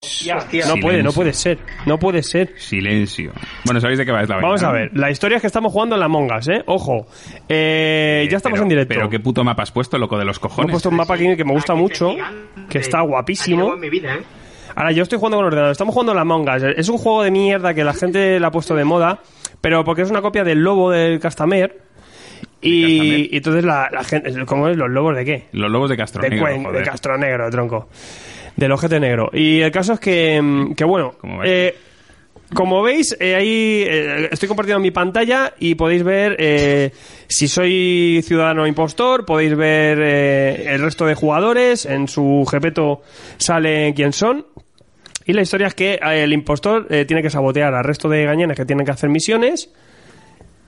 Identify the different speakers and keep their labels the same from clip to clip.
Speaker 1: No pues, puede, no
Speaker 2: Silencio.
Speaker 1: puede ser. No puede ser.
Speaker 2: Silencio. Bueno, sabéis de qué va es la vaina,
Speaker 1: Vamos a
Speaker 2: ¿no?
Speaker 1: ver, la historia es que estamos jugando en la Mongas, ¿eh? Ojo. Eh,
Speaker 2: Eh,
Speaker 1: ya estamos
Speaker 2: pero-
Speaker 1: en directo.
Speaker 2: Pero qué puto mapa has puesto, loco de los
Speaker 1: Me
Speaker 2: cojones.
Speaker 1: he puesto un mapa aquí que me gusta mucho, que está guapísimo.
Speaker 3: En mi vida, ¿eh?
Speaker 1: Ahora, yo estoy jugando con el ordenador, estamos jugando a la Among Us. Es un juego de mierda que la gente le ha puesto de moda, pero porque es una copia del lobo del Castamer. Y,
Speaker 2: Castamer.
Speaker 1: y entonces la, la gente... ¿Cómo es? ¿Los lobos de qué?
Speaker 2: Los lobos de Castro
Speaker 1: de,
Speaker 2: Negro,
Speaker 1: Cuen-
Speaker 2: joder.
Speaker 1: de Castro Negro, tronco. Del ojete negro. Y el caso es que, mm, que bueno,
Speaker 2: ¿Cómo va
Speaker 1: eh, como veis, eh, ahí eh, estoy compartiendo mi pantalla y podéis ver eh, si soy ciudadano impostor, podéis ver eh, el resto de jugadores, en su jepeto sale quién son. Y la historia es que eh, el impostor eh, tiene que sabotear al resto de gañanes que tienen que hacer misiones,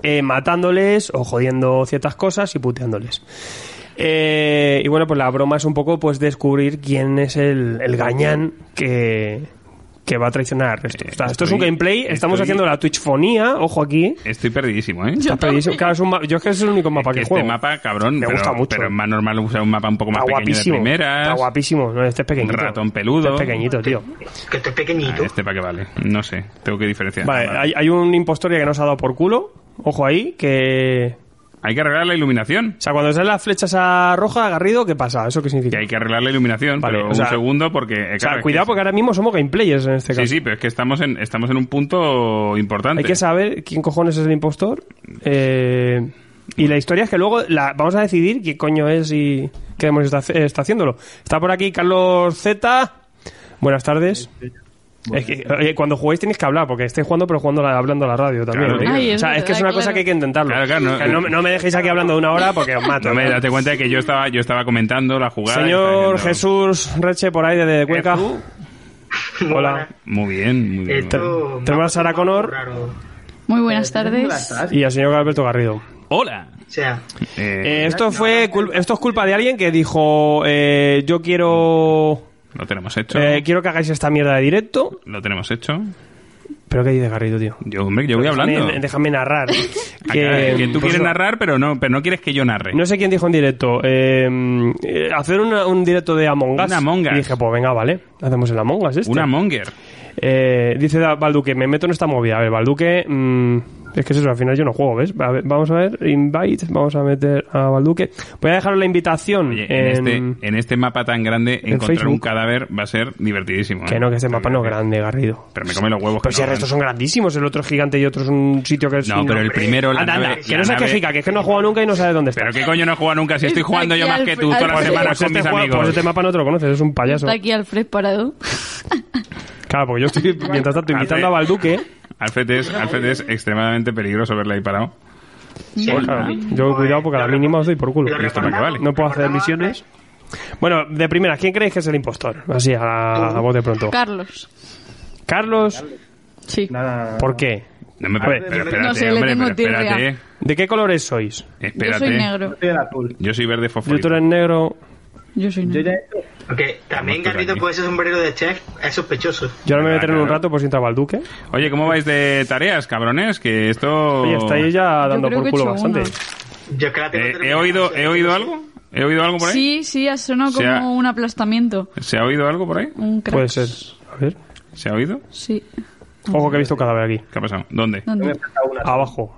Speaker 1: eh, matándoles o jodiendo ciertas cosas y puteándoles. Eh, y bueno, pues la broma es un poco pues descubrir quién es el, el gañán que, que va a traicionar al resto.
Speaker 2: Eh,
Speaker 1: O sea, esto es un
Speaker 2: estoy-
Speaker 1: gameplay, estamos
Speaker 2: estoy-
Speaker 1: haciendo la Twitchfonía, ojo aquí.
Speaker 2: Estoy perdidísimo, ¿eh?
Speaker 1: Está pedidísimo. Claro, es un ma- yo es que es el único mapa que
Speaker 2: este
Speaker 1: juego.
Speaker 2: mapa, cabrón,
Speaker 1: Me
Speaker 2: pero,
Speaker 1: gusta mucho.
Speaker 2: pero es más normal usar un mapa un poco más
Speaker 1: está
Speaker 2: pequeño
Speaker 1: guapísimo.
Speaker 2: de primeras.
Speaker 1: Está guapísimo, no, este es pequeñito.
Speaker 2: Ratón peludo.
Speaker 1: Este es pequeñito, tío.
Speaker 3: Que estoy
Speaker 2: Ah,
Speaker 3: pequeñito.
Speaker 2: este para qué vale. No sé, tengo que diferenciar.
Speaker 1: Vale,
Speaker 2: Vale.
Speaker 1: hay, hay un impostor ya que nos ha dado por culo. Ojo ahí, que...
Speaker 2: Hay que arreglar la iluminación.
Speaker 1: O sea, cuando salen las flechas a roja, Garrido, ¿qué pasa? ¿Eso qué
Speaker 2: Que
Speaker 1: significa?
Speaker 2: hay que arreglar la iluminación,
Speaker 1: Vale,
Speaker 2: pero
Speaker 1: o sea-
Speaker 2: un segundo porque... eh,
Speaker 1: o sea,
Speaker 2: claro, es
Speaker 1: cuidado
Speaker 2: que-
Speaker 1: porque ahora mismo somos gameplayers en este caso.
Speaker 2: Sí, sí, pero es que estamos en, estamos en un punto importante.
Speaker 1: Hay que saber quién cojones es el impostor. eh, y la historia es que luego la, vamos a decidir qué coño es y qué demonios está, hace- está haciéndolo. Está por aquí Carlos Z. Buenas tardes. Es que, oye, cuando juguéis tenéis que hablar, porque estáis jugando, pero jugando la- hablando a la radio también.
Speaker 2: Claro,
Speaker 1: ¿eh?
Speaker 2: tío. Ay,
Speaker 1: o sea,
Speaker 4: es
Speaker 1: es que es
Speaker 4: verdad,
Speaker 1: una cosa
Speaker 4: claro.
Speaker 1: que hay que intentarlo.
Speaker 2: Claro, claro, no-
Speaker 1: Que no, me- no me dejéis aquí hablando una hora porque os mato.
Speaker 2: No me
Speaker 1: ¿no?
Speaker 2: date cuenta de que yo estaba, yo estaba comentando la jugada. y estaba
Speaker 1: Señor
Speaker 2: diciendo-
Speaker 1: Jesús Reche, por ahí desde Cuenca.
Speaker 3: Muy
Speaker 1: Hola.
Speaker 2: Muy bien, muy bien.
Speaker 3: Esto-
Speaker 1: Te- Tenemos a Sara Connor
Speaker 3: Raro.
Speaker 4: Muy buenas tardes.
Speaker 1: y al señor Alberto Garrido.
Speaker 2: Hola.
Speaker 3: O sea,
Speaker 2: Eh,
Speaker 1: Eh, esto fue cul- esto es culpa de alguien que dijo eh, yo quiero
Speaker 2: lo tenemos hecho.
Speaker 1: eh, quiero que hagáis esta mierda de directo
Speaker 2: Lo tenemos hecho.
Speaker 1: pero qué dice Garrido tío
Speaker 2: Yo, hombre, yo voy
Speaker 1: Pues,
Speaker 2: hablando.
Speaker 1: déjame, déjame narrar
Speaker 2: Ah, claro, que tú
Speaker 1: eh, pues,
Speaker 2: quieres
Speaker 1: no-
Speaker 2: narrar, pero no, pero no quieres que yo narre.
Speaker 1: no sé quién dijo en directo eh, eh, hacer una- un directo de Among Us
Speaker 2: Un Among Us.
Speaker 1: Y dije pues venga vale hacemos el Among Us este
Speaker 2: Una monger.
Speaker 1: Eh, dice Da- Balduque me meto en esta movida a ver Balduque mm, es que es eso, al final yo no juego, ¿ves? A ver, vamos a ver, invite, vamos a meter a Balduque. Voy a dejar la invitación
Speaker 2: Oye, en, este, en este mapa tan grande, encontrar
Speaker 1: Facebook.
Speaker 2: un cadáver va a ser divertidísimo. ¿eh?
Speaker 1: Que no, que este mapa no es
Speaker 2: Pero-
Speaker 1: grande, Garrido.
Speaker 2: Pero me come los huevos.
Speaker 1: Pero
Speaker 2: que
Speaker 1: si
Speaker 2: no,
Speaker 1: el resto
Speaker 2: ¿no?
Speaker 1: son grandísimos, el otro es gigante y otro es un sitio que es...
Speaker 2: No, pero el primero, la
Speaker 1: Anda, anda,
Speaker 2: nave-
Speaker 1: que
Speaker 2: la
Speaker 1: no sé qué
Speaker 2: nave-
Speaker 1: jica, que es que no ha jugado nunca y no sabe dónde está.
Speaker 2: Pero qué coño no he jugado nunca si
Speaker 1: Este
Speaker 2: estoy
Speaker 4: Está
Speaker 2: jugando yo
Speaker 4: aquí
Speaker 2: más
Speaker 4: al
Speaker 2: que
Speaker 4: fr-
Speaker 2: tú
Speaker 4: al
Speaker 2: todas las semanas
Speaker 4: frente.
Speaker 1: Pues
Speaker 2: con
Speaker 1: este,
Speaker 2: mis
Speaker 1: juego- pues
Speaker 2: amigos.
Speaker 1: este mapa no te lo conoces, es un payaso.
Speaker 4: Está aquí Alfred Parado.
Speaker 1: Claro, porque yo estoy, mientras tanto, invitando a Balduque. ¿eh?
Speaker 2: Alfred es, Alfred es extremadamente peligroso verle ahí parado.
Speaker 1: Claro,
Speaker 3: Pues,
Speaker 1: yo cuidado porque a la
Speaker 3: Lo
Speaker 1: mínima os doy por culo.
Speaker 3: lo
Speaker 2: ¿Y esto para qué vale?
Speaker 1: No puedo hacer
Speaker 3: recordaba-
Speaker 1: misiones. Bueno, de primera, ¿quién creéis que es el impostor? Así, a la a voz de pronto.
Speaker 4: Carlos.
Speaker 1: Carlos,
Speaker 4: Sí.
Speaker 5: Nada.
Speaker 1: ¿por qué?
Speaker 2: No me
Speaker 1: A ver.
Speaker 2: pero espérate,
Speaker 4: No sé, le
Speaker 2: hombre,
Speaker 4: tengo
Speaker 2: pero espérate. eh.
Speaker 4: tirria.
Speaker 1: ¿De qué colores sois?
Speaker 4: Yo
Speaker 2: Espérate. eh.
Speaker 4: soy negro.
Speaker 5: Soy el azul.
Speaker 2: Yo soy verde
Speaker 1: Yo tú
Speaker 2: fosforito.
Speaker 1: eres negro,
Speaker 4: Yo soy
Speaker 5: Yo
Speaker 4: negro.
Speaker 5: ya he hecho.
Speaker 3: aunque también
Speaker 2: Vamos por
Speaker 3: Garrido
Speaker 2: aquí.
Speaker 3: con ese sombrero de chef es sospechoso.
Speaker 1: yo ahora me voy a
Speaker 2: Claro.
Speaker 1: meter en un rato por si entra Balduque.
Speaker 2: Oye, ¿cómo vais de tareas, cabrones? Que esto...
Speaker 1: Oye, estáis ya
Speaker 4: Yo
Speaker 1: dando
Speaker 4: creo
Speaker 1: por
Speaker 4: que he
Speaker 1: culo
Speaker 4: hecho
Speaker 1: bastante.
Speaker 4: una.
Speaker 3: Yo es que la tengo
Speaker 2: Eh, ¿He
Speaker 3: terminada, o
Speaker 2: oído,
Speaker 3: sea,
Speaker 2: ¿He
Speaker 3: yo
Speaker 2: oído
Speaker 3: no sé.
Speaker 2: algo? ¿He oído algo por ahí?
Speaker 4: Sí, sí, ha sonado
Speaker 2: O
Speaker 4: como
Speaker 2: sea-
Speaker 4: un aplastamiento.
Speaker 2: ¿Se ha oído algo por ahí?
Speaker 4: Un crack.
Speaker 1: Puede ser. A ver.
Speaker 2: ¿Se ha oído?
Speaker 4: Sí.
Speaker 1: Ojo que he visto cadáver aquí.
Speaker 2: ¿Qué ha pasado? ¿Dónde?
Speaker 5: Yo me
Speaker 4: ¿Dónde?
Speaker 5: he pasado una.
Speaker 1: Abajo.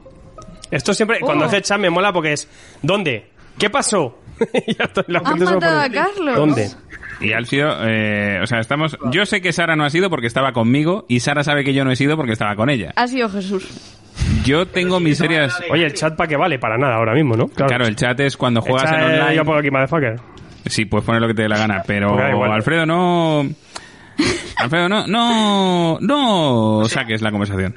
Speaker 1: Esto siempre, cuando
Speaker 4: Oh.
Speaker 1: hace chat me mola porque es ¿Dónde? ¿Qué pasó? Y ya está, la
Speaker 4: Han
Speaker 1: gente se va
Speaker 4: matado
Speaker 1: por
Speaker 4: a
Speaker 1: el-
Speaker 4: Carlos.
Speaker 1: ¿Dónde?
Speaker 2: Y han sido... eh, o sea, estamos... Yo sé que Sara no ha sido porque estaba conmigo y Sara sabe que yo no he sido porque estaba con ella.
Speaker 4: Ha sido Jesús.
Speaker 2: Yo tengo mis serias...
Speaker 1: Oye, el chat para qué vale, para nada ahora mismo, ¿no?
Speaker 2: Claro, el chat es cuando juegas
Speaker 1: chat
Speaker 2: en
Speaker 1: es-
Speaker 2: online...
Speaker 1: Yo pongo aquí, motherfucker.
Speaker 2: Sí, puedes poner lo que te dé la gana, pero
Speaker 1: Porque da igual.
Speaker 2: Alfredo no... Alfredo, no, no, no saques la conversación.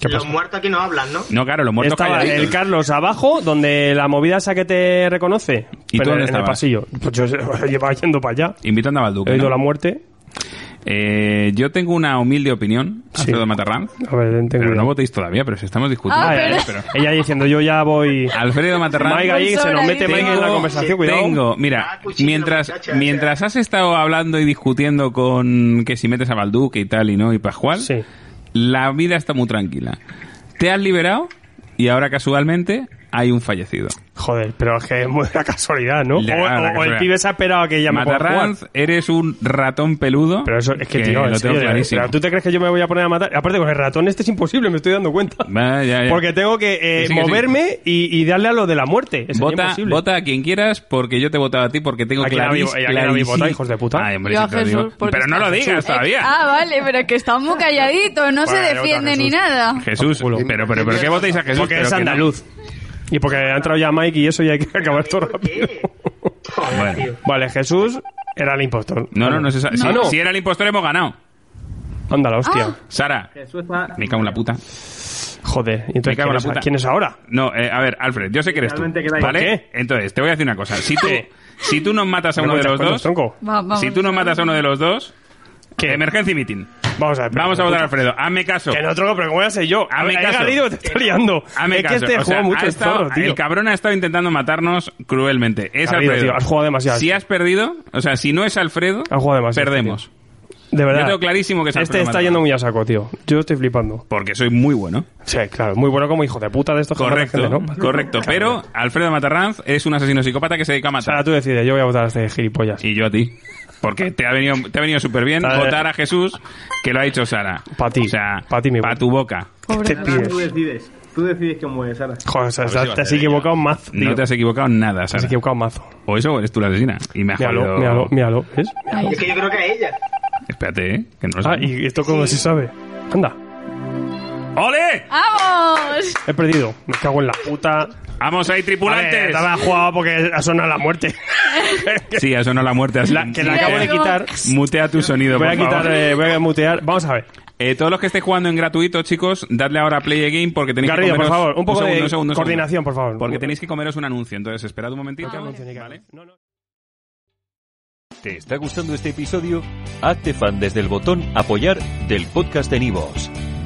Speaker 1: ¿Qué
Speaker 3: Los
Speaker 1: pasa?
Speaker 3: muertos aquí no hablan, ¿no?
Speaker 2: No, claro, los muertos
Speaker 1: Estaba
Speaker 2: calladitos.
Speaker 1: el Carlos abajo, donde la movida esa que te reconoce.
Speaker 2: ¿Y
Speaker 1: pero
Speaker 2: tú dónde
Speaker 1: en el
Speaker 2: estabas?
Speaker 1: pasillo. Pues yo llevaba yendo para allá.
Speaker 2: Invitando a Balduque.
Speaker 1: He oído
Speaker 2: ¿no?
Speaker 1: la muerte.
Speaker 2: Eh, yo tengo una humilde opinión, Alfredo Matarranz.
Speaker 1: A ver, ten
Speaker 2: Pero no
Speaker 1: cuidado.
Speaker 2: votéis todavía, pero si estamos discutiendo.
Speaker 4: Ah,
Speaker 1: Ah,
Speaker 4: pero-
Speaker 2: eh,
Speaker 1: eh,
Speaker 2: pero-
Speaker 1: Ella diciendo, yo ya voy...
Speaker 2: Alfredo Matarranz.
Speaker 1: Mike ahí, se nos mete Mike en la
Speaker 2: Tengo-
Speaker 1: conversación, cuidado.
Speaker 2: Tengo, mira,
Speaker 3: Ah, cuchillo,
Speaker 2: mientras,
Speaker 3: muchacha, eh.
Speaker 2: mientras has estado hablando y discutiendo con que si metes a Balduque y tal y no, y Pascual,
Speaker 1: Sí.
Speaker 2: la vida está muy tranquila. Te has liberado y ahora casualmente hay un fallecido.
Speaker 1: Joder, pero es que es muy la casualidad, ¿no?
Speaker 2: Le-
Speaker 1: o, o-
Speaker 2: ah, la
Speaker 1: o el
Speaker 2: casualidad.
Speaker 1: pibe se ha esperado a que llame por jugar.
Speaker 2: Matarranz, eres un ratón peludo.
Speaker 1: Pero eso es que, tío, en
Speaker 2: lo tengo
Speaker 1: serio,
Speaker 2: clarísimo.
Speaker 1: pero ¿tú te crees que yo me voy a poner a matar? Aparte, con el ratón este es imposible, me estoy dando cuenta.
Speaker 2: Va, ya, ya.
Speaker 1: Porque tengo que eh,
Speaker 2: Que sí, que sí.
Speaker 1: moverme y, y darle a lo de la muerte. Es
Speaker 2: Vota,
Speaker 1: imposible.
Speaker 2: vota a quien quieras porque yo te he votado a ti porque tengo
Speaker 1: ¿A quién habéis- a
Speaker 2: clarís-
Speaker 1: quién habéis
Speaker 2: clarísimo-
Speaker 1: votado, hijos de puta?
Speaker 2: Ay, hombre,
Speaker 4: Yo
Speaker 2: sí
Speaker 4: a
Speaker 2: te lo
Speaker 4: Jesús,
Speaker 2: digo.
Speaker 4: porque
Speaker 2: Pero no lo
Speaker 1: está
Speaker 2: digas todavía.
Speaker 4: Ah, vale, pero es que están muy calladitos, no se
Speaker 1: Bueno, vota,
Speaker 4: defienden ni
Speaker 1: Jesús.
Speaker 4: nada.
Speaker 2: Jesús,
Speaker 1: Por culo.
Speaker 2: pero, pero, pero ¿qué votáis a Jesús?
Speaker 1: porque
Speaker 2: Pero
Speaker 1: es
Speaker 2: que no.
Speaker 1: andaluz. Y porque ha entrado ya Mike y eso y hay que acabar todo
Speaker 3: ¿Por
Speaker 1: rápido.
Speaker 3: qué? Joder,
Speaker 2: Bueno.
Speaker 3: tío.
Speaker 1: Vale, Jesús era el impostor.
Speaker 2: No, no, no se sabe.
Speaker 1: Ah,
Speaker 2: Si,
Speaker 1: no.
Speaker 2: si era el impostor hemos ganado.
Speaker 1: Anda la hostia.
Speaker 2: Sara, me cago en la puta.
Speaker 1: Joder, ¿y
Speaker 2: Me
Speaker 1: entonces ¿quién
Speaker 2: cago en la
Speaker 1: es,
Speaker 2: puta.
Speaker 1: quién es ahora?
Speaker 2: No, eh, a ver, Alfred, yo sé que eres tú.
Speaker 5: Realmente queda
Speaker 2: ¿Vale?
Speaker 1: igual.
Speaker 2: Entonces, te voy a decir una cosa. Si tú,
Speaker 1: Sí.
Speaker 2: si tú nos matas a
Speaker 1: ¿No
Speaker 2: uno de los
Speaker 1: cuentas
Speaker 2: dos,
Speaker 1: cuentos, tronco?
Speaker 4: Va- vamos
Speaker 2: si tú nos
Speaker 4: a-
Speaker 2: matas a uno de los dos,
Speaker 1: ¿Qué?
Speaker 2: emergency meeting.
Speaker 1: Vamos a ver.
Speaker 2: Vamos a
Speaker 1: pero-
Speaker 2: votar a Alfredo. Hazme caso.
Speaker 1: Que no, tronco, pero ¿cómo voy a ser yo?
Speaker 2: Hazme
Speaker 1: Ahí
Speaker 2: caso. Eh,
Speaker 1: Garrido te está liando.
Speaker 2: Hazme
Speaker 1: es que
Speaker 2: Ah, caso.
Speaker 1: este
Speaker 2: O sea,
Speaker 1: juega mucho
Speaker 2: ha
Speaker 1: el
Speaker 2: estado-
Speaker 1: zorro, tío.
Speaker 2: el cabrón ha estado intentando matarnos cruelmente. Es
Speaker 1: Garrido,
Speaker 2: Alfredo.
Speaker 1: tío, has jugado demasiado.
Speaker 2: Si has perdido, o sea, si no es Alfredo,
Speaker 1: Has jugado demasiado,
Speaker 2: perdemos.
Speaker 1: De verdad.
Speaker 2: Yo tengo clarísimo que es
Speaker 1: Este
Speaker 2: Alfredo
Speaker 1: está
Speaker 2: Matarranz.
Speaker 1: yendo muy a saco, tío. Yo estoy flipando.
Speaker 2: Porque soy muy bueno.
Speaker 1: Sí, claro. Muy bueno como hijo de puta de estos que matan
Speaker 2: Correcto,
Speaker 1: gente, ¿no?
Speaker 2: correcto. Pero Alfredo Matarranz es un asesino psicópata que se dedica a matar.
Speaker 1: Ahora tú decides, yo voy a votar a este gilipollas.
Speaker 2: Y yo a ti. Porque te ha venido, te ha venido súper bien
Speaker 1: Vale.
Speaker 2: votar a Jesús, que lo ha dicho Sara.
Speaker 1: Pa' ti,
Speaker 2: O sea,
Speaker 1: pa' ti, mi
Speaker 2: pa'
Speaker 1: bueno.
Speaker 2: tu boca.
Speaker 1: ¿Qué te
Speaker 4: Pobre
Speaker 1: pides?
Speaker 5: Tú decides. Tú decides quién muere, Sara.
Speaker 1: Joder, o sea,
Speaker 2: si va a
Speaker 1: te has
Speaker 2: hacer
Speaker 1: equivocado un mazo, tío.
Speaker 2: No te has equivocado en nada,
Speaker 1: Te has
Speaker 2: Sara.
Speaker 1: equivocado un mazo.
Speaker 2: O eso o eres tú la asesina. Y me ha
Speaker 1: Míralo,
Speaker 2: jodido.
Speaker 1: míralo, míralo. ¿Ves?
Speaker 2: ¿eh?
Speaker 4: Ahí.
Speaker 3: Es que yo creo que es ella.
Speaker 2: Espérate, ¿eh? Que no lo
Speaker 1: Ah,
Speaker 2: sabemos.
Speaker 1: y esto como se sabe. Anda,
Speaker 2: ¡Ole!
Speaker 4: ¡Vamos!
Speaker 1: he perdido. Me cago en la puta.
Speaker 2: ¡Vamos ahí, tripulantes!
Speaker 1: Estaba jugado porque ha sonado la muerte.
Speaker 2: Sí, eso no la muerte. Así.
Speaker 1: La- que la acabo de
Speaker 4: Digo,
Speaker 1: quitar.
Speaker 2: Mutea tu sonido,
Speaker 1: Voy
Speaker 2: por
Speaker 1: a quitar,
Speaker 2: favor.
Speaker 1: eh, voy a mutear. Vamos a ver.
Speaker 2: Eh, todos los que estéis jugando en gratuito, chicos, dadle ahora a Play a Game porque tenéis
Speaker 1: Garrido,
Speaker 2: que
Speaker 1: por
Speaker 2: comeros...
Speaker 1: favor, un poco
Speaker 2: segundo,
Speaker 1: de
Speaker 2: segundo, segundo.
Speaker 1: coordinación, por favor.
Speaker 2: Porque tenéis que comeros un anuncio, entonces esperad un momentito.
Speaker 4: Ah, vale.
Speaker 2: ¿Vale?
Speaker 1: No, no.
Speaker 6: ¿Te está gustando este episodio? Hazte fan desde el botón Apoyar del podcast de Nivos.